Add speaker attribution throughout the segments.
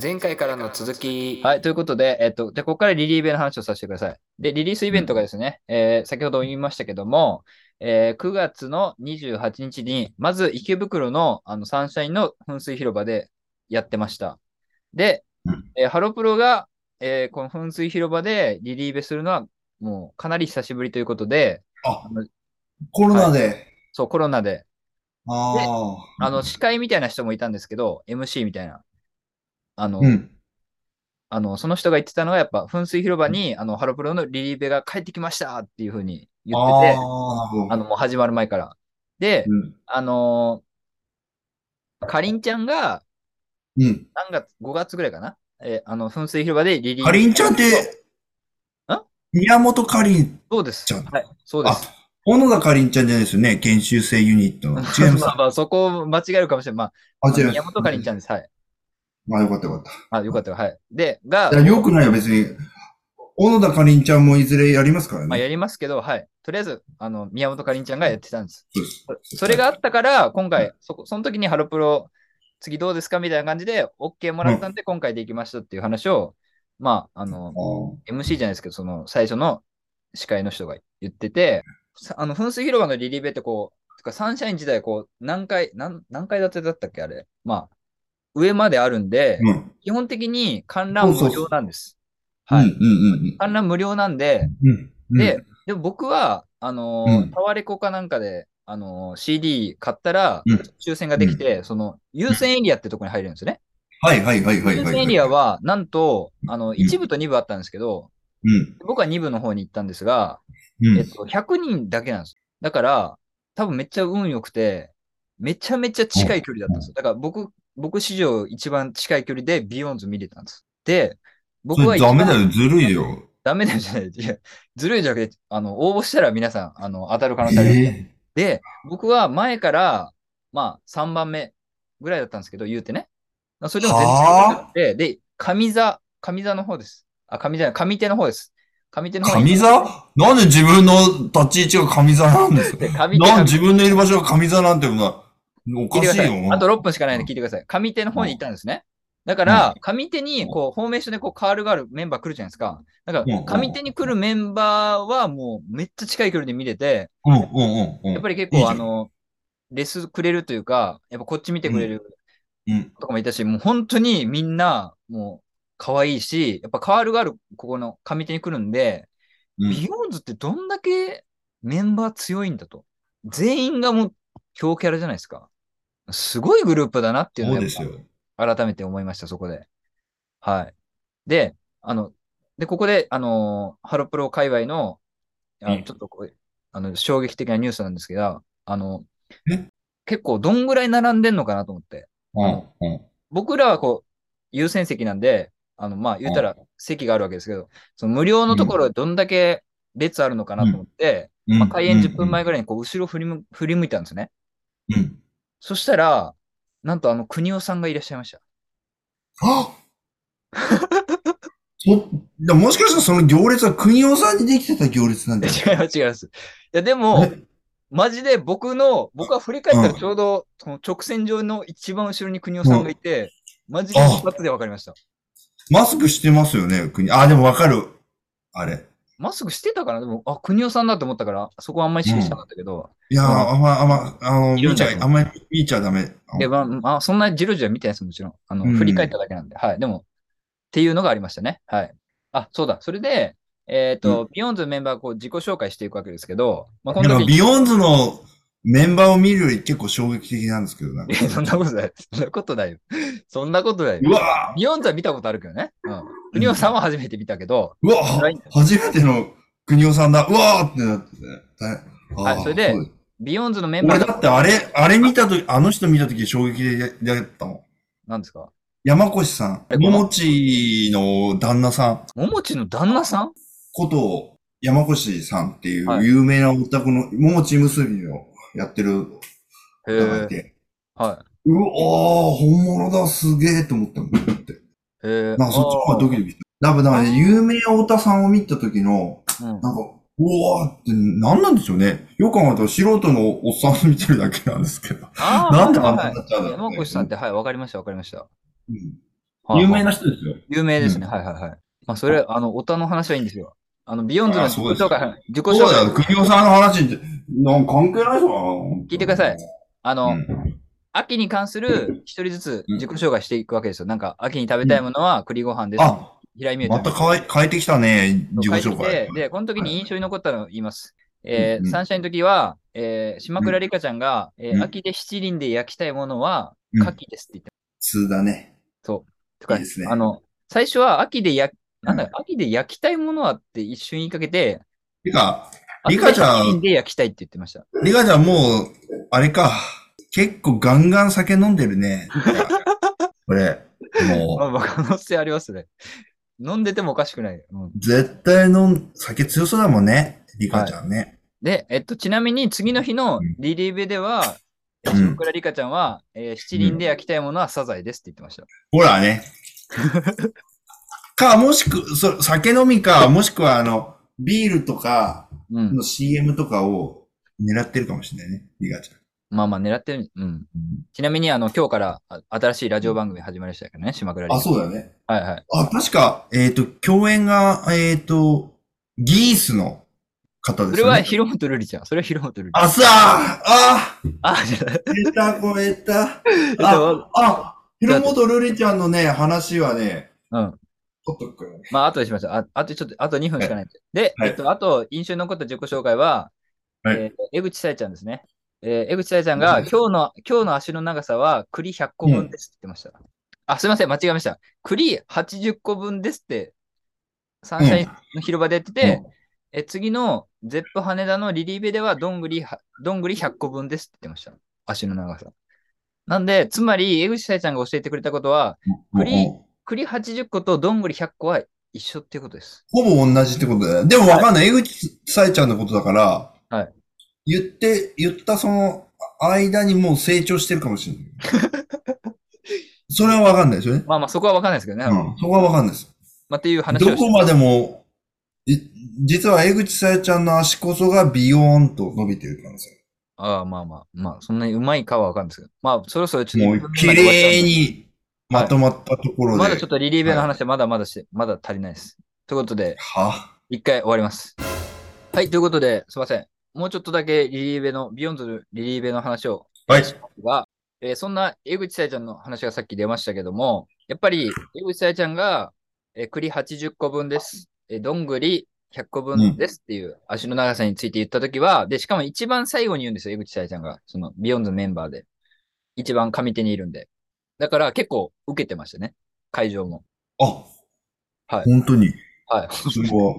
Speaker 1: 前回からの続き。
Speaker 2: はい、ということで、えっと、じゃあここからリリーベの話をさせてください。で、リリースイベントがですね、えー先ほども言いましたけども、えー9月の28日に、まず池袋のあのサンシャインの噴水広場でやってました。で、
Speaker 3: うん
Speaker 2: えーハロプロが、えーこの噴水広場でリリーベするのは、もうかなり久しぶりということで、
Speaker 3: あ
Speaker 2: あの、
Speaker 3: コロナで。
Speaker 2: そう、コロナで、
Speaker 3: あ
Speaker 2: あの、司会みたいな人もいたんですけど、MC みたいな。あの、
Speaker 3: あ。うん。
Speaker 2: あの、その人が言ってたのが、やっぱ、噴水広場に、あの、ハロプロのリリーベが帰ってきましたっていうふうに言
Speaker 3: あ
Speaker 2: っ
Speaker 3: あ、
Speaker 2: て
Speaker 3: な
Speaker 2: て
Speaker 3: る、ほど。
Speaker 2: あの、もう始まる前から。で、
Speaker 3: うん。
Speaker 2: あのーかりんちゃんが、
Speaker 3: うん。
Speaker 2: 何月、5月ぐらいかなえーあの、噴水広場でリリー
Speaker 3: か
Speaker 2: ベ。
Speaker 3: りんちゃんって
Speaker 2: ん、
Speaker 3: 宮本かりん、
Speaker 2: そうです。
Speaker 3: ちゃん
Speaker 2: はい、そうで
Speaker 3: あ
Speaker 2: す。、
Speaker 3: 小野田かりんちゃんじゃないですよね。研修生ユニットの。違います。
Speaker 2: まあまあ、そこを間違えるかもしれない。まあ、
Speaker 3: あ、違います。
Speaker 2: 宮本かりんちゃんです。はい。
Speaker 3: まあ、よかったよかっ
Speaker 2: あ、よかったよ。はい。で、が
Speaker 3: た。い、や、よくないよ、別に。小野田かりんちゃんもいずれやりますから
Speaker 2: まあ、や
Speaker 3: ね。
Speaker 2: りますけど、はい。とりあえず、あの、宮本かりんちゃんがやってたんです。
Speaker 3: そうです
Speaker 2: そそれがあったから、今回、そこその時にハロプロ、次どうですかみたいな感じで、OK もらったんで、今回できましたっていう話を、まあ、あの
Speaker 3: あ、ー
Speaker 2: MC じゃないですけど、その最初の司会の人が言ってて、さあの、噴水広場のリリーベってこう、てかサンシャイン時代、こう、何階、何、何階建てだったっけあれ。まあ、上まであるんで、
Speaker 3: うん。
Speaker 2: 基本的に観覧無料なんです。
Speaker 3: うん、
Speaker 2: は
Speaker 3: うん
Speaker 2: い。、
Speaker 3: うん
Speaker 2: 観覧無料なんで、
Speaker 3: うん。うん。
Speaker 2: で、でも僕は、あの
Speaker 3: うん
Speaker 2: ー、タワレコかなんかで、あのー、CD 買ったら
Speaker 3: うん、
Speaker 2: 抽選ができて、その、優先エリアってとこに入れるんですね。
Speaker 3: はい、はい、はい、はい、
Speaker 2: 優
Speaker 3: はい。
Speaker 2: 先エリアは、なんと、あの、
Speaker 3: ん
Speaker 2: 1部と2部あったんですけど、
Speaker 3: うん、
Speaker 2: 僕は2部の方に行ったんですが、
Speaker 3: うん。
Speaker 2: えっと、100人だけなんです。だから、多分めっちゃ運良くて、めちゃめちゃ近い距離だったんですよ。だから僕、僕史上一番近い距離でビヨンズ見れたんです。で、僕
Speaker 3: そ
Speaker 2: は
Speaker 3: れ
Speaker 2: 一
Speaker 3: ダ
Speaker 2: 番
Speaker 3: メだよ、ずるいよ。
Speaker 2: ダメだよじゃない。いやずるいじゃなくて、あの、応募したら皆さん、あの、当たる可能性ある。
Speaker 3: え
Speaker 2: で、僕は前から、まあ、3番目ぐらいだったんですけど、言うてね。まあそれでも全然良くて、で、上座、上座の方です。あ、上座、上手の方です。上手
Speaker 3: ー
Speaker 2: の方
Speaker 3: 神座なんで自分の立ち位置が神座なんですか
Speaker 2: で上手の
Speaker 3: な
Speaker 2: 方
Speaker 3: ん自分のいる場所が神座なんてもない。お
Speaker 2: 聞いて
Speaker 3: か
Speaker 2: くだ
Speaker 3: しい
Speaker 2: さい。
Speaker 3: よ。
Speaker 2: あと6分しかないんで聞いてください。上手の方に行ったんですね。だから、上手に、こう、フォーメーションでこう、カールがあるメンバー来るじゃないですか。だか
Speaker 3: うん
Speaker 2: ら、上手に来るメンバーは、もう、めっちゃ近い距離で見れて、
Speaker 3: うんうんうんうん。
Speaker 2: やっぱ
Speaker 3: り、
Speaker 2: り結
Speaker 3: いいじ
Speaker 2: 構、
Speaker 3: ゃ
Speaker 2: あ
Speaker 3: ん
Speaker 2: の、レスくれるというか、やっぱこっち見てくれる
Speaker 3: うん。
Speaker 2: とかもいたし、もう本当にみんな、もう、可愛いし、やっぱカールがある、ここの上手に来るんで、
Speaker 3: うん
Speaker 2: ビヨーンズってどんだけメンバー強いんだと。全員がもう、強キャラじゃないですか。すごいグループだなっていうの
Speaker 3: そう
Speaker 2: をや
Speaker 3: で
Speaker 2: っ
Speaker 3: すよ。
Speaker 2: ぱ改めて思いました、そこで。はい。で、あの、で、ここで、あのーハロプロ界隈の、あ
Speaker 3: うん
Speaker 2: ちょっとこう、あの、衝撃的なニュースなんですけど、あの
Speaker 3: え、
Speaker 2: 結構どんぐらい並んでんのかなと思って。
Speaker 3: うんうん。
Speaker 2: 僕らはこう、優先席なんで、あの、まあ、言うたら席があるわけですけど、その無料のところどんだけ列あるのかなと思って、
Speaker 3: うん
Speaker 2: まあ、開演10分前ぐらいにこう、後ろ振りむ振り向いたんですね。
Speaker 3: うん。
Speaker 2: そしたら、なんとあの、国尾さんがいらっしゃいました。
Speaker 3: は そ、でももしかしたらその行列は国尾さんにできてた行列なん
Speaker 2: いや違
Speaker 3: だよ。
Speaker 2: います、違います。いや、でも、マジで僕の、僕は振り返ったらちょうど、その直線上の一番後ろに国尾さんがいて、マジで一発で分かりました。
Speaker 3: マスクしてますよね、国。あ、でもわかる。あれ。
Speaker 2: マスクしてたからでも、あ、国尾さんだと思ったから、そこはあんまり意識しなかったけど、
Speaker 3: いやー、
Speaker 2: うん
Speaker 3: あんま、あんま、あの、
Speaker 2: いる
Speaker 3: 見
Speaker 2: ん
Speaker 3: ち
Speaker 2: だ
Speaker 3: ゃ、あんまり見ちゃダメ。
Speaker 2: で、まあ、まあ、そんなじろじろ見てないです、もちろん。あの、
Speaker 3: うん
Speaker 2: 振り返っただけなんで。はい。でも、っていうのがありましたね。はい。あ、そうだ。それで、えっ、と、ビヨンズのメンバー、こう、自己紹介していくわけですけど、まあ、こ
Speaker 3: なん
Speaker 2: の
Speaker 3: か
Speaker 2: 時、
Speaker 3: ビヨンズのメンバーを見るより結構衝撃的なんですけど、なんか
Speaker 2: いや そんなことない。そんなことないよ。そんなことないうよ。
Speaker 3: わ
Speaker 2: ビヨンズは見たことあるけどね。うん。国尾さんは初めて見たけど、
Speaker 3: ーうわー初めての国尾さんだ。うわーってなってね。だ
Speaker 2: はい
Speaker 3: あー
Speaker 2: それで
Speaker 3: うす
Speaker 2: ビヨンズのメンバ
Speaker 3: 俺
Speaker 2: ー
Speaker 3: だってあれ、あれ見たとき、あの人見たとき衝撃でやったもん。
Speaker 2: なんですか
Speaker 3: 山越さ
Speaker 2: え
Speaker 3: ん、ももちの旦那さん
Speaker 2: ももちの旦那さん
Speaker 3: こと山越さんってい
Speaker 2: は
Speaker 3: う
Speaker 2: い
Speaker 3: 有名なお宅の、ももち結びをやってる
Speaker 2: へ
Speaker 3: 方がい
Speaker 2: え。
Speaker 3: て、
Speaker 2: は
Speaker 3: うおー、本物だ、すげーと思ったもん。だって
Speaker 2: い。へえ。
Speaker 3: なんかそっちの方がドキドキした。だから、だからね有名な太田さんを見た時の、
Speaker 2: あーうん
Speaker 3: なんか、うわーって何なんでしょうね。よく考えたら素人のおっさん見てるだけなんですけど。
Speaker 2: あー
Speaker 3: なんであ
Speaker 2: は
Speaker 3: ん
Speaker 2: い
Speaker 3: な
Speaker 2: は
Speaker 3: に
Speaker 2: い
Speaker 3: なっちゃうんだろうね
Speaker 2: 山越さんって、はい、わかりました、わかりました。
Speaker 3: うん
Speaker 2: はいはい
Speaker 3: 有名な人ですよ。
Speaker 2: 有名ですね。はいはいはい。まあ、それ、あの、オタの話はいいんですよ。あの、ビヨンズの
Speaker 3: あ
Speaker 2: 自己
Speaker 3: そうです
Speaker 2: 紹
Speaker 3: か
Speaker 2: 介、自己
Speaker 3: そう
Speaker 2: 紹
Speaker 3: だよ、
Speaker 2: 介、
Speaker 3: 国尾さんの話って、なんか関係ないじゃん。
Speaker 2: 聞いてください。あ
Speaker 3: う
Speaker 2: の、
Speaker 3: ん。
Speaker 2: 秋に関する一人ずつ
Speaker 3: うん
Speaker 2: 自己紹介していくわけですよ。なんか、秋に食べたいものは栗ご飯です。
Speaker 3: あ、
Speaker 2: 平井美優ちゃ
Speaker 3: ま
Speaker 2: ん
Speaker 3: た変え変えてきたね、自己
Speaker 2: 書い
Speaker 3: 紹
Speaker 2: て
Speaker 3: 介
Speaker 2: て。で、この時に印象に残ったのを言います。え
Speaker 3: うん
Speaker 2: ー、
Speaker 3: うん
Speaker 2: サンシャインの時は、えー、島倉里香ちゃんが、えー
Speaker 3: うん
Speaker 2: 秋で七輪で焼きたいものは
Speaker 3: うん、
Speaker 2: 牡蠣ですって言って
Speaker 3: 普通だね。
Speaker 2: とか
Speaker 3: いいですね
Speaker 2: あの、最初は秋で焼き、なんだ
Speaker 3: う、
Speaker 2: 秋で焼きたいものはって一瞬言いかけて、
Speaker 3: てか、
Speaker 2: 秋
Speaker 3: リ
Speaker 2: で
Speaker 3: カちゃん
Speaker 2: 七輪で焼きたいって言ってました。
Speaker 3: リカちゃんもう、あれか、結構ガンガン酒飲んで るね。これ、
Speaker 2: ま
Speaker 3: も
Speaker 2: あまあ、可能性ありますね。飲んでてもおかしくない。うん
Speaker 3: う、絶対飲ん、酒強そうだもんね、リカちゃんね。
Speaker 2: で、えっと、ちなみに次の日の
Speaker 3: うん
Speaker 2: リリーベでは、え
Speaker 3: うん
Speaker 2: 島倉里香ちゃんは、えー七輪で焼きたいものはサザエですって言ってました。
Speaker 3: ほらね。か、もしく、そ酒飲みか、もしくはあの、ビールとか
Speaker 2: うん。
Speaker 3: の CM とかを狙ってるかもしれないね、リカちゃん。
Speaker 2: まあまあ狙ってる。うん。ちなみに、あの、今日からあ新しいラジオ番組始まりましたからね、島倉里
Speaker 3: あ、
Speaker 2: 香。
Speaker 3: そうだよね。
Speaker 2: はいはい。
Speaker 3: あ、確か、えっ、と、共演が、えっ、と、ギースの方
Speaker 2: そ
Speaker 3: です
Speaker 2: れ
Speaker 3: よ
Speaker 2: は
Speaker 3: ね。
Speaker 2: 広本瑠璃ちゃん。それは広本瑠璃ちゃん。
Speaker 3: あ、さああ
Speaker 2: あ、じゃあ
Speaker 3: 出た、これた。
Speaker 2: えっと
Speaker 3: あ、あ、広本瑠璃ちゃんのね、話はね、
Speaker 2: うん。
Speaker 3: 取っとくよね。
Speaker 2: まあ、後でしましょう。ああとちょっと、あと2分しかないんで。で、
Speaker 3: はい
Speaker 2: えっと、あと、印象に残った自己紹介は、
Speaker 3: はい
Speaker 2: えー江口さえちゃんですね。えー江口さえちゃんが、今日の、今日の足の長さは栗100個分ですって言ってました。あ、すいません、間違えました。栗80個分ですって、サンシャインの広場でやってて、え次のゼップ羽田のリリーベではどんぐりは、どんぐり100個分ですって言ってました。足の長さ。なんで、つまり、江口さえちゃんが教えてくれたことは、
Speaker 3: うん、
Speaker 2: 栗
Speaker 3: もう
Speaker 2: 栗80個とどんぐり100個は一緒っていうことです。
Speaker 3: ほぼ同じってことだよね。でもわかんない。江口さえちゃんのことだから、
Speaker 2: は
Speaker 3: 言って、言ったその間にもう成長してるかもしれない。 それはわかんないですよね。
Speaker 2: まあまあ、そこは分かんないですけどね。
Speaker 3: うん。そこはわかんないです。
Speaker 2: まあ、っていう話を
Speaker 3: どこ
Speaker 2: し
Speaker 3: までも、い実は江口さやちゃんの足こそがビヨーンと伸びてる可能性。
Speaker 2: ああ、まあまあ、まあ、そんなにうまいかは分かんないですけど。まあ、そろそろちょっと
Speaker 3: も
Speaker 2: 一分
Speaker 3: う、
Speaker 2: ぐ
Speaker 3: 綺
Speaker 2: らいで終わっちゃうんで
Speaker 3: 麗にまとまったところで。
Speaker 2: まだちょっとリリーベの話でまだまだして、まだ足りないです。ということで、
Speaker 3: は
Speaker 2: 一回終わります。はい、ということで、すいません。もうちょっとだけリリーベの、ビヨンズのリリーベの話を
Speaker 3: はい。
Speaker 2: が、えーそんな江口さやちゃんの話がさっき出ましたけども、やっぱり江口さやちゃんが、えー栗80個分です、えーどんぐり100個分ですっていう足の長さについて言ったときは、で、しかも一番最後に言うんですよ、江口さやちゃんが。そのビヨンズのメンバーで。一番上手にいるんで。だから結構受けてましたね、会場も。
Speaker 3: あ、
Speaker 2: はい
Speaker 3: 本当に。
Speaker 2: はい。
Speaker 3: それは、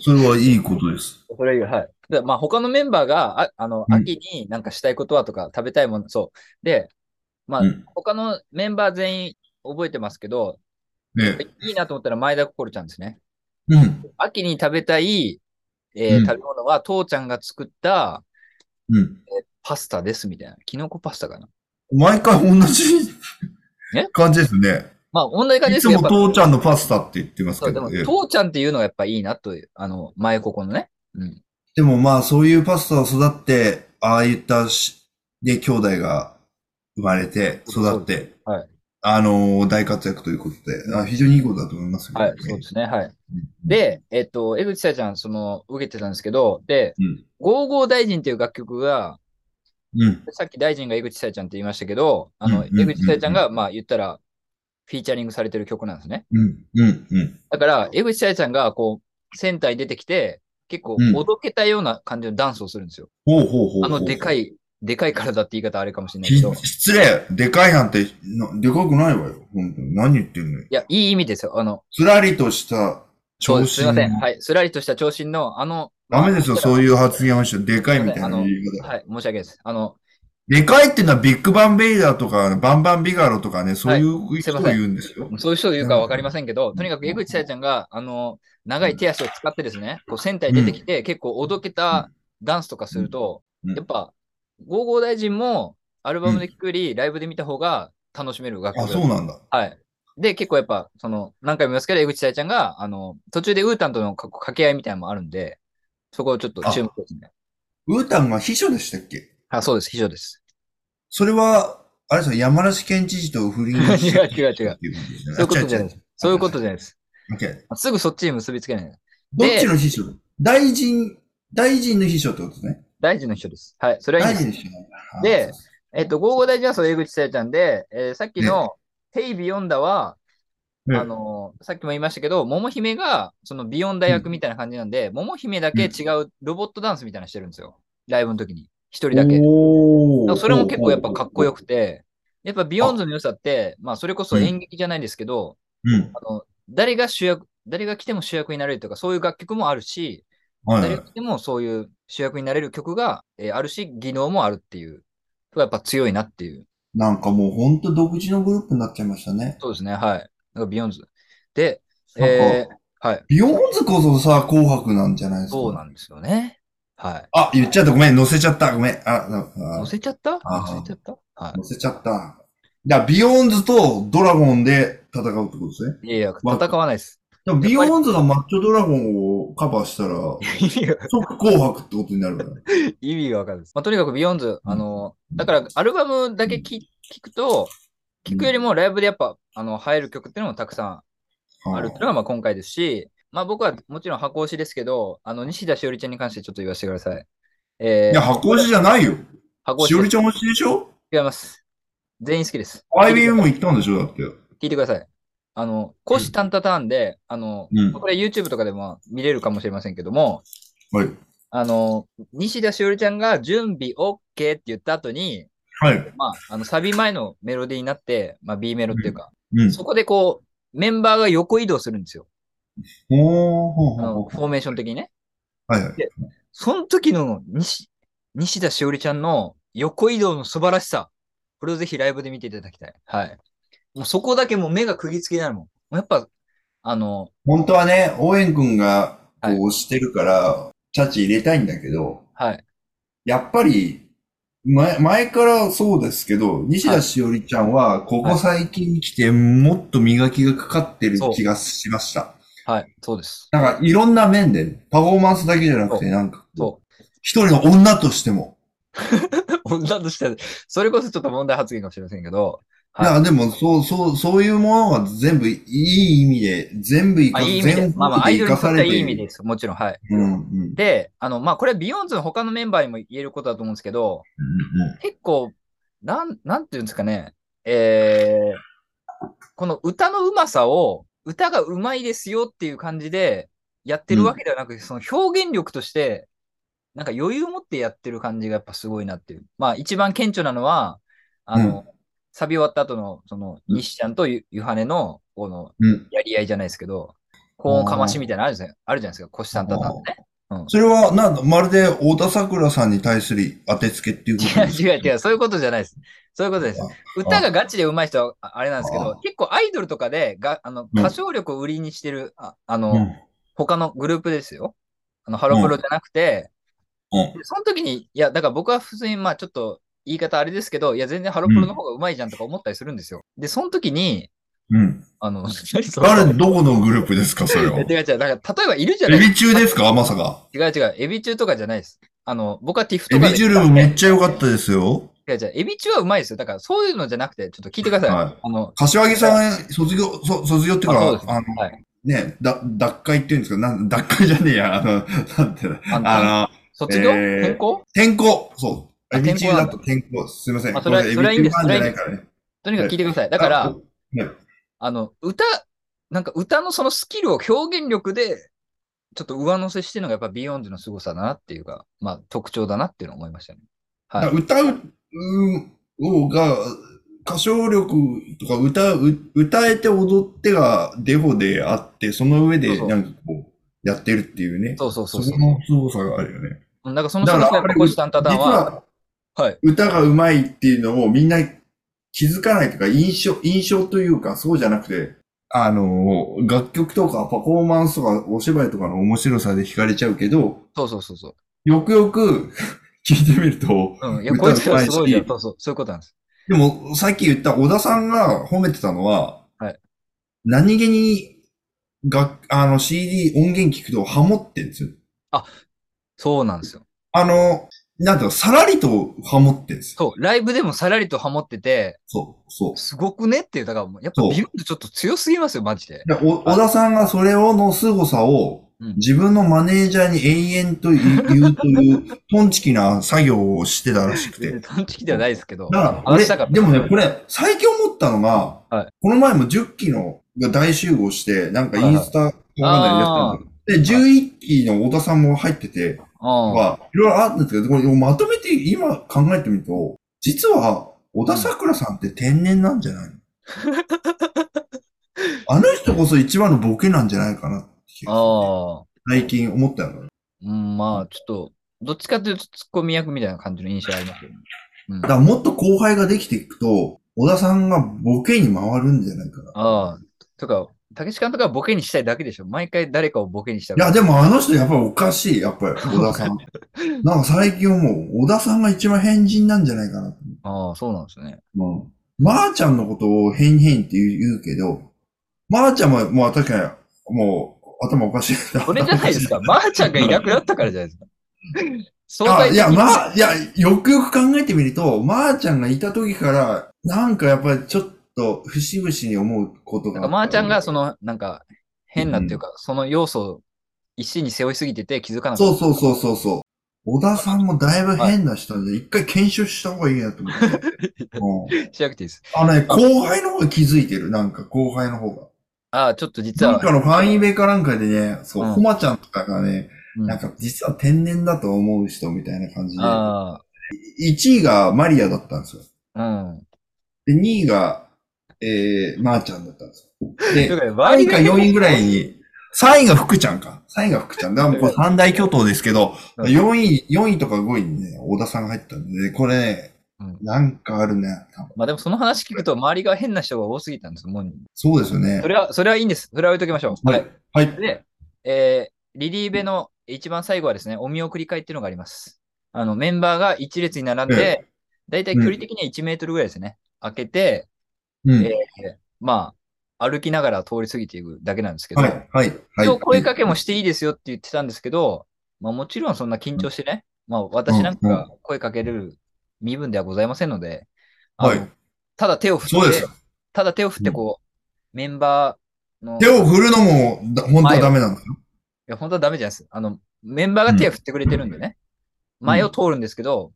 Speaker 3: それはいいことです。
Speaker 2: それ以外、はい。でまあ、他のメンバーが、ああの、
Speaker 3: うん
Speaker 2: 秋になんかしたいことはとか、食べたいもの、そう。で、まあ、
Speaker 3: うん
Speaker 2: 他のメンバー全員覚えてますけど、
Speaker 3: ね。
Speaker 2: いいなと思ったら前田心ちゃんですね。
Speaker 3: うん。
Speaker 2: 秋に食べたい、えー
Speaker 3: うん
Speaker 2: 食べ物は、父ちゃんが作った
Speaker 3: うん。
Speaker 2: パスタですみたいな。キノコパスタかな。
Speaker 3: 毎回同じ
Speaker 2: え
Speaker 3: 感じですね。
Speaker 2: まあ、同じ感じ
Speaker 3: い
Speaker 2: です
Speaker 3: つ
Speaker 2: けど、
Speaker 3: も
Speaker 2: やっぱ
Speaker 3: 父ちゃんのパスタって言ってます
Speaker 2: そ
Speaker 3: け
Speaker 2: うで
Speaker 3: ど
Speaker 2: も、
Speaker 3: ね。
Speaker 2: 父ちゃんっていうのがやっぱいいなという、あの、前ここのね。うん。
Speaker 3: でもまあそういうパスタを育って、ああいったし、で、兄弟が生まれて、育って、
Speaker 2: はい
Speaker 3: あのー大活躍ということで、あ非常にいいことだと思いますけど
Speaker 2: は
Speaker 3: ね
Speaker 2: い、そうですね。はい。
Speaker 3: うん
Speaker 2: で、えっと、江口さやちゃん、その、受けてたんですけど、で、
Speaker 3: うん
Speaker 2: ゴーゴー大臣っていう楽曲が、
Speaker 3: うん。
Speaker 2: さっき大臣が江口さやちゃんって言いましたけど、あの、
Speaker 3: うんうんうんうん
Speaker 2: 江口さやちゃんが、まあ、言ったら、フィーチャリングされてる曲なんですね。
Speaker 3: うん。うん。うん。
Speaker 2: だから、江口さやちゃんが、こう、センターに出てきて、結構
Speaker 3: うん、
Speaker 2: おどけたような感じのダンスをするんですよ。
Speaker 3: ほうほうほうほう。
Speaker 2: あの、でかい、でかい体って言い方あれかもしれない
Speaker 3: ひ
Speaker 2: けど、い
Speaker 3: 失礼。でかいなんて、なでかくないわよ。本当に。何言ってんのよ。
Speaker 2: や、いい意味ですよ。あの、
Speaker 3: つらりとした
Speaker 2: そ
Speaker 3: 調
Speaker 2: う
Speaker 3: 子
Speaker 2: ですすいません。はい、すらりとした長身の、あの、
Speaker 3: ダメですよ、そう
Speaker 2: う。
Speaker 3: いう発言をして、でかいみたいな言い方。
Speaker 2: はい、申し訳ないです。あの、
Speaker 3: でかいっていうのはビッグバンベイダーとか、バンバンビガロとかね、そういう人を言うんですよ。
Speaker 2: そういう人が言うかは分かりませんけど、とにかく江口さやちゃんが、あの、長い手足を使ってですね、こう、船体出てきて、結構おどけたダンスとかすると、
Speaker 3: うんうん
Speaker 2: やっぱ、ゴーゴー大臣もアルバムで聴くより、ライブで見た方が楽しめる楽
Speaker 3: あ、
Speaker 2: 曲
Speaker 3: そうなんだ。
Speaker 2: はい。で、結構やっぱ、その、何回も言いますけど、江口さやちゃんが、あの、途中でウータンとのか掛け合いみたいなのもあるんで、そこをちょっと注目ですね。
Speaker 3: ウータンが秘書でしたっけ
Speaker 2: あそうです、秘書です。
Speaker 3: それは、あれですよ、山梨県知事と不倫をして
Speaker 2: 違う違う違う
Speaker 3: っていう
Speaker 2: そういうことじゃない
Speaker 3: い
Speaker 2: です。そういうことじゃないです。
Speaker 3: OK。
Speaker 2: すぐそっちに結びつけない。
Speaker 3: どっちの秘書大臣、大臣の秘書ってことですね。
Speaker 2: 大臣の人です。はい。それはいい
Speaker 3: 大
Speaker 2: で
Speaker 3: 臣の
Speaker 2: す。
Speaker 3: 秘書なんだ。
Speaker 2: でえっと、ゴーゴー大臣はそう、江口さやちゃんで、えーさっきの、テイビヨンダは、
Speaker 3: うん
Speaker 2: あのーさっきも言いましたけど、桃姫が、そのビヨンダ役みたいな感じなんで、桃姫だけ違うロボットダンスみたいなのしてるんですよ。ライブの時に。一人だけ。
Speaker 3: おー
Speaker 2: だからそれも結構やっぱかっこよ
Speaker 3: く。
Speaker 2: くて、やっぱビヨンズの良さって、まあそれこそ演劇じゃないですけど、
Speaker 3: うん。
Speaker 2: あの、誰が主役、誰が来ても主役になれるとか、そういう楽曲もあるし、
Speaker 3: はい
Speaker 2: 誰が来てもそういう主役になれる曲が、えーあるし、技能もあるっていう。やっぱ強いなっていう。
Speaker 3: なんかもうほんと独自のグループになっちゃいましたね。
Speaker 2: そうですね、はい。なんかビヨンズ。で、
Speaker 3: なんか
Speaker 2: えーはい。
Speaker 3: ビヨーンズこそさ、紅白なんじゃないですか。
Speaker 2: そうなんですよね。はい。
Speaker 3: あ、言っちゃった。ごめん。乗せちゃった。ごめん。あ、なあ
Speaker 2: 載せちゃった
Speaker 3: あー
Speaker 2: 載せちゃったは
Speaker 3: 乗せちゃった。だからビヨーンズとドラゴンで戦うってことですね。
Speaker 2: い。いやいや、戦わないです。
Speaker 3: でもビヨーンズがマッチョドラゴンをカバーし たら、
Speaker 2: いや
Speaker 3: 即紅白ってことになるから。
Speaker 2: 意味がわかるです。まあ、とにかくビヨンズ、あの、だからアルバムだけ聞聞くと、聞くよりもライブでやっぱ、あの、入る曲っていうのもたくさんあるっていうのが、まあ、今回ですし、まあ、僕はもちろん箱推しですけど、あの、西田しおりちゃんに関してちょっと言わせてください。え
Speaker 3: い
Speaker 2: ー
Speaker 3: や、、箱推しじゃないよ。
Speaker 2: 箱推
Speaker 3: しおり
Speaker 2: し
Speaker 3: ちゃん推しでしょ
Speaker 2: 違います。全員好きです。
Speaker 3: ?IBM も行ったんでしょだって。
Speaker 2: 聞いてください。あの、虎視眈々ターンで、あの、
Speaker 3: うん
Speaker 2: これ YouTube とかでも見れるかもしれませんけども、
Speaker 3: はい。
Speaker 2: あの、西田しおりちゃんが準備 OK って言った後に、
Speaker 3: はい。
Speaker 2: まあ、あの、サビ前のメロディーになって、まあ、B メロっていうか、
Speaker 3: うん。
Speaker 2: そこでこう、メンバーが横移動するんですよ。
Speaker 3: おー、ほう
Speaker 2: あ
Speaker 3: ほう
Speaker 2: の
Speaker 3: ほ
Speaker 2: フォーメーション的にね。
Speaker 3: う。はいはい。
Speaker 2: その時の西、西田しおりちゃんの横移動の素晴らしさ。これをぜひライブで見ていただきたい。はい。もうそこだけもう目が釘付けになるもん。もうやっぱ、あの、
Speaker 3: 本当はね、応援君がこ
Speaker 2: はいう
Speaker 3: 押してるから、チャチ入れたいんだけど、
Speaker 2: はい。
Speaker 3: やっぱり、前、前からそうですけど、西田しおりちゃんは、ここ最近来て、もっと磨きがかかってる気がしました。
Speaker 2: はい。そうです。
Speaker 3: なんか、いろんな面で、パフォーマンスだけじゃなくて、なんか、
Speaker 2: そう。
Speaker 3: 一人の女としても。
Speaker 2: 女としては、それこそちょっと問題発言かもしれませんけど、はい
Speaker 3: なんかでも、そう、そう、そういうものが全部いい意味で、全部生
Speaker 2: まあ、
Speaker 3: かさ
Speaker 2: いい意味で
Speaker 3: 全、
Speaker 2: まあま
Speaker 3: 方
Speaker 2: あ、ア
Speaker 3: 位
Speaker 2: イ
Speaker 3: で
Speaker 2: ドルに
Speaker 3: 生か
Speaker 2: と
Speaker 3: さ
Speaker 2: っ
Speaker 3: れ
Speaker 2: て
Speaker 3: て
Speaker 2: いい
Speaker 3: い
Speaker 2: 意味で
Speaker 3: る。
Speaker 2: す。もちろん、はい。
Speaker 3: うん、うん、うん、うん。
Speaker 2: で、あの、まあ、これはビヨンズの他のメンバーにも言えることだと思うんですけど、結構、なん、なんていうんですかね、えーこの歌のうまさを、歌がうまいですよっていう感じでやってるわけではなく、その表現力として、なんか余裕を持ってやってる感じがやっぱすごいなっていう。まあ、一番顕著なのは、あの、サビ終わった後の、その、
Speaker 3: うん
Speaker 2: 西ちゃんとゆゆはねの、この、
Speaker 3: うん
Speaker 2: やり合いじゃないですけど、高音かましみたいなのあるじゃないあるじゃないですか、腰たんたたんってね。
Speaker 3: それは、なんだ、まるで、太田桜さんに対する当てつけっていうことで す
Speaker 2: 違う違う違う、そういうことじゃないです。そういうことです
Speaker 3: あ。
Speaker 2: 歌がガチで上手い人はああれなんですけ
Speaker 3: あ
Speaker 2: ど、結構アイドルとかでがあの
Speaker 3: うん
Speaker 2: 歌唱力を売りにしてる、ああの、
Speaker 3: うん
Speaker 2: 他のグループですよ。あのハロプロじゃなくて、
Speaker 3: うん
Speaker 2: でその時に、いや、だから僕は普通に、まあちょっと言い方あれですけど、いや、全然ハロプロの方が上手いじゃんとか思ったりするんですよ。で、その時に、
Speaker 3: うん。
Speaker 2: あの、何それ
Speaker 3: 誰、どこのグループですか、そ れは。
Speaker 2: 違う
Speaker 3: エ
Speaker 2: 違う、だから例えばいるじゃない
Speaker 3: ビ中ですか、まさか。
Speaker 2: 違う違う、エビ中とかじゃないです。あの、僕はティフと
Speaker 3: エ
Speaker 2: かで。
Speaker 3: ビ中ルームめっちゃ良かったですよ。
Speaker 2: 違う違う、エビ中はうまいですよ。だからそういうのじゃなくて、ちょっと聞いてください。
Speaker 3: はい
Speaker 2: あの、
Speaker 3: 柏木さん、卒業、そ卒業っていう
Speaker 2: あそうで、
Speaker 3: か
Speaker 2: す
Speaker 3: あの、
Speaker 2: はい
Speaker 3: ね、だ、脱会っていうんですか、なん、脱会じゃねえや、あの、 なんていうの、
Speaker 2: あの
Speaker 3: あの、
Speaker 2: 卒業、
Speaker 3: えー
Speaker 2: 転校
Speaker 3: 転校、そう。
Speaker 2: あ
Speaker 3: エビ中だと
Speaker 2: 転
Speaker 3: 転校、すいません。
Speaker 2: あそれは
Speaker 3: ごめん
Speaker 2: それはいいんです
Speaker 3: エビ中ファンじゃないからね。
Speaker 2: とにかく聞いてください。だから、
Speaker 3: あ
Speaker 2: あ、の、歌、なんか歌のそのスキルを表現力で、ちょっと上乗せしてるのがやっぱビヨンズの凄さだなっていうか、まあ特徴だなっていうのを思いましたね。はい。
Speaker 3: 歌う、うん、が、歌唱力とか歌う、歌えて踊ってがデフォであって、その上
Speaker 2: そう
Speaker 3: で
Speaker 2: そう
Speaker 3: なんかこう、やってるっていうね。
Speaker 2: そうそうそう
Speaker 3: そ
Speaker 2: そう。
Speaker 3: この凄さがあるよね。
Speaker 2: うんなんかその
Speaker 3: だか
Speaker 2: 凄
Speaker 3: ら
Speaker 2: さやっぱ腰たんたたん
Speaker 3: 実
Speaker 2: は、
Speaker 3: は
Speaker 2: はい。
Speaker 3: 歌がうまいっていうのをみんな気づかないというか、印象、印象というか、そうじゃなくて、あの、楽曲とかパフォーマンスとかお芝居とかの面白さで惹かれちゃうけど、
Speaker 2: そうそうそうそう。
Speaker 3: よくよく 聞いてみると、
Speaker 2: うん。いや、
Speaker 3: 歌
Speaker 2: こいつ
Speaker 3: うま
Speaker 2: ら
Speaker 3: い
Speaker 2: す
Speaker 3: し
Speaker 2: ごいじゃん。そうそう。そういうことなんです。
Speaker 3: でも、さっき言った小田さんが褒めてたのは、
Speaker 2: はい
Speaker 3: 何気に、が、あの CD 音源聞くとハモってんですよ。
Speaker 2: そうなんですよ。
Speaker 3: あの、なんていうか、さらりとハモってんですよ。
Speaker 2: そう、ライブでもさらりとハモってて、
Speaker 3: そう、そう。
Speaker 2: すごくねっていう、だからもうやっぱ
Speaker 3: そう
Speaker 2: ビヨンドちょっと強すぎますよ、マジで。
Speaker 3: でお小田さんがそれをの凄さを
Speaker 2: うん
Speaker 3: 自分のマネージャーに延々と言う言うという、トンチキな作業をしてたらしくて。
Speaker 2: 短期ではないですけど。
Speaker 3: だから、
Speaker 2: 話したか
Speaker 3: 俺、
Speaker 2: った
Speaker 3: でもね、これ、最近思ったのが、
Speaker 2: はい
Speaker 3: この前も10期のが大集合して、なんかインスタかなんかでやってたんだけど、で、11期の太田さんも入ってて、
Speaker 2: うん。
Speaker 3: まあ、いろいろあったんですけど、これまとめて今考えてみると、実は、小田桜さんって天然なんじゃない のあの人こそ一番のボケなんじゃないかなって気が
Speaker 2: ああ。
Speaker 3: 最近思ったの。
Speaker 2: うん、まあ、ちょっと、どっちかというとツッコミ役みたいな感じの印象ありますよね。うん
Speaker 3: だか。らもっと後輩ができていくと、小田さんがボケに回るんじゃないかな。
Speaker 2: ああ。とか、竹志監督はボケにしたいだけでしょ。毎回誰かをボケにした
Speaker 3: いや、
Speaker 2: い
Speaker 3: でもあの人やっぱりおかしい、やっぱり、小 田さん。なんか最近思う、小田さんが一番変人なんじゃないかなと
Speaker 2: ああ、そうなんですね。
Speaker 3: 思う。うん。まー、ちゃんのことを変変って言う言うけど、まー、ちゃんも、まあ確かに、もう、頭おかしい。
Speaker 2: これじゃない ですか。まー、ちゃんがいなくなったからじゃないですか。相
Speaker 3: あ
Speaker 2: 対的
Speaker 3: い
Speaker 2: に
Speaker 3: や、まあ、いや、よくよく考えてみると、まー、ちゃんがいた時から、なんかやっぱりちょっと、節々に思うこと
Speaker 2: な
Speaker 3: が。
Speaker 2: んかまー、ちゃんがそ、の、なんか、変なっていうか、その要素を一身に背負いすぎてて気づかなかっ
Speaker 3: そうそうそうそうそう。小田さんもだいぶ変な人なんで、一回検証した方がいいなと 思って。うん
Speaker 2: た。しなくていいです。
Speaker 3: あのね、後輩の方が気づいてる。なんか後輩の方が。
Speaker 2: ああ、ちょっと実
Speaker 3: な
Speaker 2: は
Speaker 3: ん。かのファンイベかなんかでね、そうう、
Speaker 2: ん
Speaker 3: ほまちゃんとかがね、
Speaker 2: うん
Speaker 3: なんか実は天然だと思う人みたいな感じで、
Speaker 2: あ
Speaker 3: 1位がマリアだったんですよ。
Speaker 2: あ、うん。
Speaker 3: で、2位が、えー、まー、ちゃんだったんですよ。
Speaker 2: という
Speaker 3: で、
Speaker 2: かね
Speaker 3: 3
Speaker 2: 周り
Speaker 3: 位
Speaker 2: が
Speaker 3: か4位ぐらいに、3位が福ちゃんか。3位が福ちゃん。だからもうこれ三大巨頭ですけど、
Speaker 2: うん
Speaker 3: 4位、4位とか5位にね、小田さんが入ったんで、これね、
Speaker 2: うん
Speaker 3: なんかあるね、多分。
Speaker 2: まあでもその話聞くと周りが変な人が多すぎたんですもう。
Speaker 3: そうですよね
Speaker 2: そ。れは、それはいいんです。それは置いときましょう。
Speaker 3: はい。。はい。
Speaker 2: で、えーリリーベの一番最後はですね、お見送り会っていうのがあります。あの、メンバーが一列に並んで、だいたい距離的には1メートルぐらいですね。開けて、
Speaker 3: うん。
Speaker 2: えーまあ、歩きながら通り過ぎていくだけなんですけど、
Speaker 3: はい。はい。はい。
Speaker 2: 一応声かけもしていいですよって言ってたんですけど、まあもちろんそんな緊張してね、まあ私なんかが声かけれる身分ではございませんので、あの
Speaker 3: はい
Speaker 2: ただ手を振っ
Speaker 3: そうです
Speaker 2: て
Speaker 3: よ、。
Speaker 2: ただ手を振ってこう、メンバーの、
Speaker 3: 手を振るのも、だ本当はダメなんだよ。
Speaker 2: いや、本当はダメじゃないです。あの、メンバーが手を振ってくれてるんでね。
Speaker 3: ん
Speaker 2: 前を通るんですけど、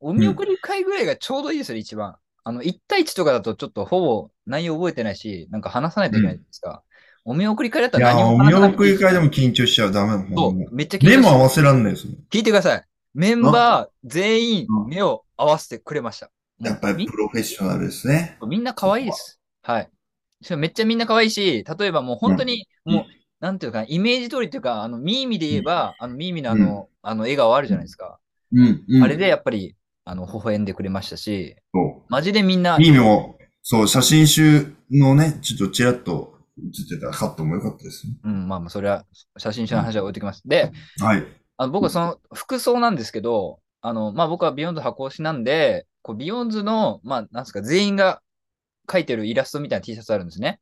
Speaker 2: お見送り会ぐらいがちょうどいいですよ、一番。あの、1対1とかだとちょっとほぼ内容覚えてないし、なんか話さないといけないじゃないですか。お見送り会だった
Speaker 3: い
Speaker 2: ら
Speaker 3: や
Speaker 2: 何
Speaker 3: ー、
Speaker 2: も
Speaker 3: お
Speaker 2: 話
Speaker 3: 見
Speaker 2: さなく
Speaker 3: 送
Speaker 2: ていい
Speaker 3: り会でも緊張しちゃダメだもん。
Speaker 2: そ
Speaker 3: ほんま
Speaker 2: う、めっちゃ緊
Speaker 3: 目
Speaker 2: 張
Speaker 3: も
Speaker 2: し
Speaker 3: 合わせらんないですね。
Speaker 2: 聞いてください。メンバー全員
Speaker 3: うん
Speaker 2: 目を合わせてくれました。
Speaker 3: やっぱり
Speaker 2: み
Speaker 3: プロフェッショナルですね。
Speaker 2: みんな可愛いです。はい。しかもめっちゃみんな可愛いし、例えばもう本当に、
Speaker 3: うん
Speaker 2: もう、
Speaker 3: う
Speaker 2: なんていうかな、イメージ通りというか、あの、ミーミで言えば、あの、ミーミのあの、あの、笑顔あるじゃないですか。
Speaker 3: うん。うん
Speaker 2: あれでやっぱり、あの、微笑んでくれましたし、
Speaker 3: そう。
Speaker 2: マジでみんな、
Speaker 3: ミーミも、そう、写真集のね、ちょっとちらっと映ってたカットも良かったですね。
Speaker 2: うん、まあまあ、それは、写真集の話は置いてきます。で、
Speaker 3: はい。
Speaker 2: あの僕はその服装なんですけど、あの、まあ僕はビヨンズ箱推しなんで、こうビヨンズの、まあなんですか、全員が描いてるイラストみたいな T シャツあるんですね。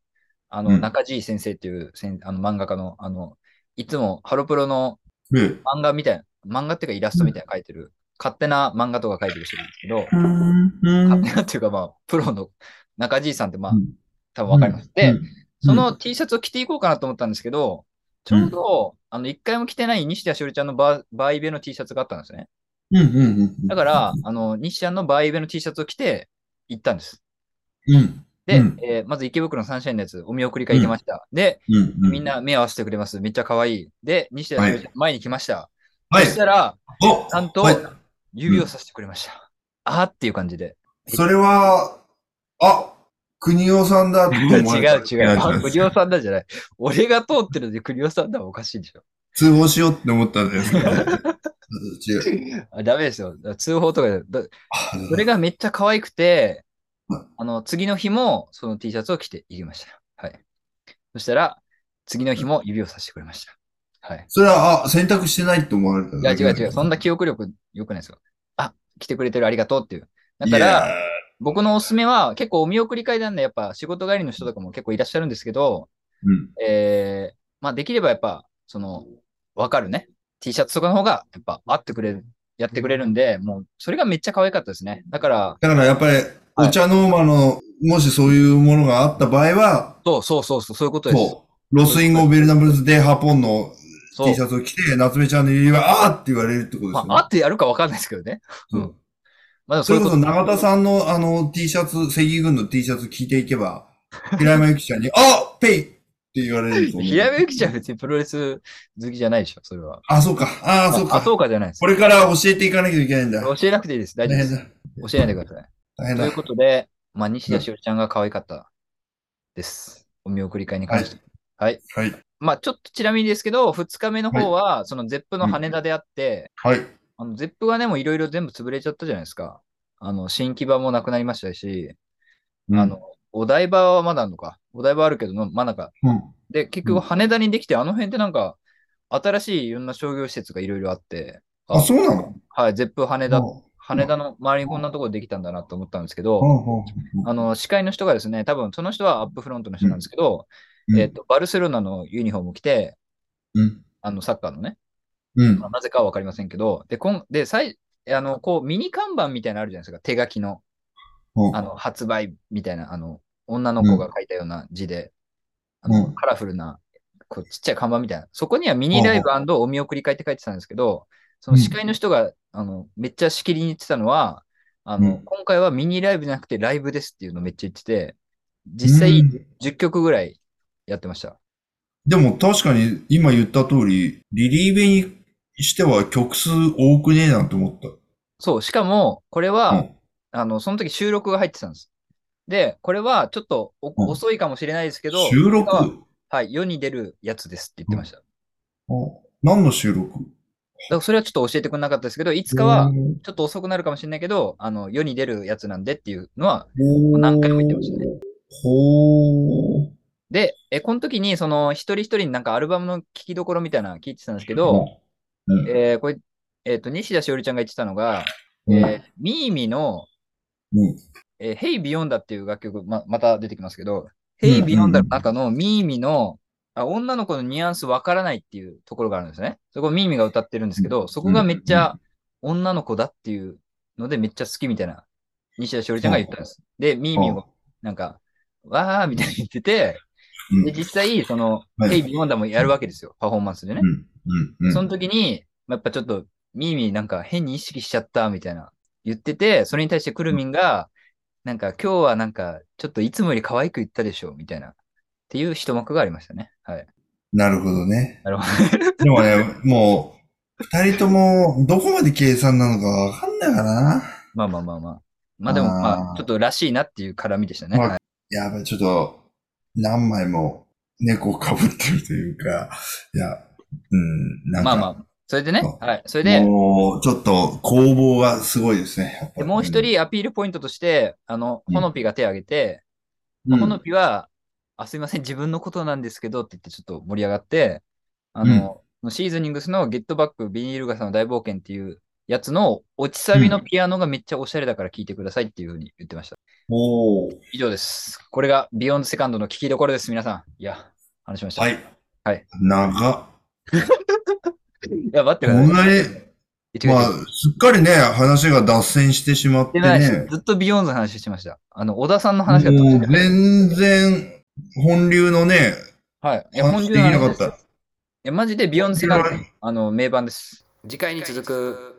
Speaker 2: あの、
Speaker 3: うん
Speaker 2: 中地先生っていうせんあの漫画家の、あの、いつもハロプロの
Speaker 3: で、
Speaker 2: 漫画みたいな、漫画っていうかイラストみたいなの描いてる、勝手な漫画とか描いてる人なんですけど、
Speaker 3: うん。
Speaker 2: 勝手なっていうかまあ、プロの中地さんってまあ
Speaker 3: うん、
Speaker 2: 多分わかります。で、
Speaker 3: うん、
Speaker 2: その T シャツを着ていこうかなと思ったんですけど、ちょうど、あの、一回も着てない西田しおりちゃんのバーバーイベの T シャツがあったんですね。
Speaker 3: うん、うん、うん。
Speaker 2: だから、あの、西ちゃんのバーイベの T シャツを着て行ったんです。
Speaker 3: うん、
Speaker 2: で、
Speaker 3: うん
Speaker 2: えーまず池袋のサンシャインのやつ、お見送り会行きました。で、
Speaker 3: うん、うん。
Speaker 2: みん。な目合わせてくれます。めっちゃ可愛い。で、西田しおりちゃん前に来ました。
Speaker 3: はい
Speaker 2: そ。したら、
Speaker 3: お
Speaker 2: ちゃんと
Speaker 3: はい
Speaker 2: 指をさしてくれました。あーっていう感じで。
Speaker 3: それは、あ、国尾さんだって
Speaker 2: 違う
Speaker 3: 思われたら
Speaker 2: 違う。
Speaker 3: 嫌じゃな
Speaker 2: あ
Speaker 3: いで
Speaker 2: 栗
Speaker 3: す
Speaker 2: 尾
Speaker 3: か
Speaker 2: さんだじゃない。俺が通ってるので栗尾さんだはおかしいでしょ。
Speaker 3: 通報しようって思った んですけど。違う。
Speaker 2: あダメですよ。通報とかで、だ
Speaker 3: あ
Speaker 2: それがめっちゃ可愛くて
Speaker 3: はい、
Speaker 2: あの、次の日もその T シャツを着ていきました。はい。そしたら、次の日も指をさしてくれました。はい。
Speaker 3: それは、あ、選択してないって思われた
Speaker 2: い
Speaker 3: ら
Speaker 2: や、
Speaker 3: だけだ。
Speaker 2: 違う違う。そんな記憶力良くないですよ。あ、来てくれてるありがとうっていう。だか
Speaker 3: いや
Speaker 2: ら、僕のおすすめは結構お見送り会なんで、やっぱ仕事帰りの人とかも結構いらっしゃるんですけど、
Speaker 3: うん。
Speaker 2: えー、まあできればやっぱ、その、わかるね。T シャツとかの方が、やっぱ、合ってくれやってくれるんで、もう、それがめっちゃ可愛かったですね。だから、
Speaker 3: だからやっぱり、
Speaker 2: はい
Speaker 3: お茶ノーマの、もしそういうものがあった場合は、
Speaker 2: そうそうそうそう、そういうことです。
Speaker 3: そう、ロスインゴ・ベルナブルズ・デ・ハポンの
Speaker 2: そう
Speaker 3: T シャツを着て、夏目ちゃんの指輪、あーって言われるってことです
Speaker 2: ま
Speaker 3: よね。
Speaker 2: あ、あってやるかわかんないですけどね。
Speaker 3: うん
Speaker 2: うんまあ、でも
Speaker 3: そ
Speaker 2: そうい
Speaker 3: れ
Speaker 2: う
Speaker 3: こ
Speaker 2: こ
Speaker 3: そ
Speaker 2: と。
Speaker 3: 永田さんのあの T シャツ、正義軍の T シャツ着ていけ ば、平山由紀ちゃんに、あペイって言われると思う。
Speaker 2: 平山由紀ちゃんは別にプロレス好きじゃないでしょ、それは。
Speaker 3: あ、そうか。あそう
Speaker 2: あ、
Speaker 3: か。
Speaker 2: そうかじゃないです
Speaker 3: こ。れから教えていかなきゃいけないんだ。
Speaker 2: 教えなくていいです。大
Speaker 3: 大
Speaker 2: 丈夫で
Speaker 3: 変
Speaker 2: す。
Speaker 3: だ。
Speaker 2: 教えないでください。
Speaker 3: 大変
Speaker 2: と
Speaker 3: だ。
Speaker 2: い
Speaker 3: は
Speaker 2: うことで、まあ、西田しおりちゃんが可愛かったです。お見送り会に関して。
Speaker 3: い。
Speaker 2: まあ、ちょっとちなみにですけど、2日目の方は、そのゼップの羽田であって、
Speaker 3: はい。
Speaker 2: あのゼップがね、もういろいろ全部潰れちゃったじゃないですか。あの、新木場もなくなりましたし、あの、お台場はまだあるのか。お台場あるけどの、まあ、なんか、
Speaker 3: うん、
Speaker 2: で、結局羽田にできて、あの辺ってなんか、新しいいろんな商業施設がいろいろあって、
Speaker 3: あ、そうなの
Speaker 2: はい、ゼップ羽田、
Speaker 3: うん
Speaker 2: 羽田の周りにこんなところできたんだなと思ったんですけど、
Speaker 3: うん
Speaker 2: あの、司会の人がですね、多分その人はアップフロントの人なんですけど、
Speaker 3: うん
Speaker 2: えっと、バルセロナのユニフォームを着て、
Speaker 3: うん。
Speaker 2: あの、サッカーのね、
Speaker 3: うん
Speaker 2: ま。あなぜかはわかりませんけど、で、こんで、最、あの、こう、ミニ看板みたいなのあるじゃないですか、手書きの、
Speaker 3: うん
Speaker 2: あの、発売みたいな、あの、女の子が書いたような字で、あ
Speaker 3: う
Speaker 2: の、
Speaker 3: ん
Speaker 2: カラフルな、こう、ちっちゃい看板みたいな、そこにはミニライブお見送り会って書いてたんですけど、その司会の人が、あの、めっちゃしきりに言ってたのは、あの、
Speaker 3: うん
Speaker 2: 今回はミニライブじゃなくてライブですっていうのをめっちゃ言ってて、実際
Speaker 3: うん
Speaker 2: 10曲ぐらいやってました。
Speaker 3: でも確かに今言った通り、リリーベにしては曲数多くねえなんて思った。
Speaker 2: そう、しかも、これは、
Speaker 3: うん
Speaker 2: あの、その時収録が入ってたんです。で、これはちょっとお
Speaker 3: うん
Speaker 2: 遅いかもしれないですけど、
Speaker 3: 収録
Speaker 2: ははい、世に出るやつですって言ってました。だか
Speaker 3: うん何の収録
Speaker 2: らそれはちょっと教えてくれなかったですけど、いつかは
Speaker 3: うん
Speaker 2: ちょっと遅くなるかもしれないけど、あの、世に出るやつなんでっていうのは、何
Speaker 3: 何
Speaker 2: 回も言ってましたね。
Speaker 3: ほー。
Speaker 2: で、え、この時に、その、一人一人なんかアルバムの聴きどころみたいなの聞いてたんですけど、
Speaker 3: うん
Speaker 2: えーこれ、えっ、と、西田しおりちゃんが言ってたのが、
Speaker 3: うん
Speaker 2: えーミーミの、
Speaker 3: うん
Speaker 2: えー Hey Beyond だっていう楽曲、ま、また出てきますけど、Hey Beyond の中のミーミの、あ女の子のニュアンスわからないっていうところがあるんですね。そこミーミが歌ってるんですけど、そこがめっちゃ女の子だっていうのでめっちゃ好きみたいな、西田しおりちゃんが言ったんです。で、ミーミもなんか、わーみたいに言ってて、
Speaker 3: うん
Speaker 2: で、実際、その、
Speaker 3: はい
Speaker 2: Hey Beyond もやるわけですよ、パフォーマンスでね。
Speaker 3: うんうんうん
Speaker 2: その時に、まあやっぱちょっと、ミーミーなんか変に意識しちゃったみたいな言ってて、それに対してくるみんが、なんか今日はなんかちょっといつもより可愛く言ったでしょみたいな。っていう一幕がありましたね。はい。
Speaker 3: なるほどね。
Speaker 2: なるほ
Speaker 3: でもね、もう、二人とも、どこまで計算なのかわかんないかな。
Speaker 2: まあまあまあまあ。まあでも、
Speaker 3: あー
Speaker 2: まあ、ちょっとらしいなっていう絡みでしたね。
Speaker 3: まあ
Speaker 2: はい
Speaker 3: やばい、ちょっと、何枚も猫を被ってるというか、いや、うん、なん
Speaker 2: ま
Speaker 3: か、
Speaker 2: あまあ。それでね。
Speaker 3: そう
Speaker 2: はい。それで、
Speaker 3: もう、ちょっと、攻防がすごいですね。やっぱ
Speaker 2: で
Speaker 3: り
Speaker 2: もう一、人アピールポイントとして、あの、
Speaker 3: うん
Speaker 2: ほのぴが手を挙げて、
Speaker 3: うん
Speaker 2: ほのぴは、あ、すいません、自分のことなんですけどって言ってちょっと盛り上がって、あの、シーズニングスのゲットバックビニール傘の大冒険っていうやつの落ちサビのピアノがめっちゃおしゃれだから聴いてくださいっていうふうに言ってました。
Speaker 3: おー
Speaker 2: 以上です。これがビヨンドセカンドの聴きどころです、皆さん。いや、話しました。、
Speaker 3: はいい。
Speaker 2: はい。
Speaker 3: 長っ。
Speaker 2: や、待って
Speaker 3: こ
Speaker 2: くだ
Speaker 3: ん
Speaker 2: さい
Speaker 3: なに、
Speaker 2: え。違う違う
Speaker 3: まあ、すっかりね、話が脱線してしまって
Speaker 2: でないです
Speaker 3: ね。
Speaker 2: ずっとビヨンズの話してました。あの、小田さんの話だったん
Speaker 3: も
Speaker 2: です
Speaker 3: う
Speaker 2: けど。
Speaker 3: 全然、本流のね、
Speaker 2: はい。いや、本
Speaker 3: 話
Speaker 2: 当
Speaker 3: できなか
Speaker 2: に
Speaker 3: った。
Speaker 2: いや、マジでビヨンドセカンドの、あの、名盤です。
Speaker 1: 次回に続く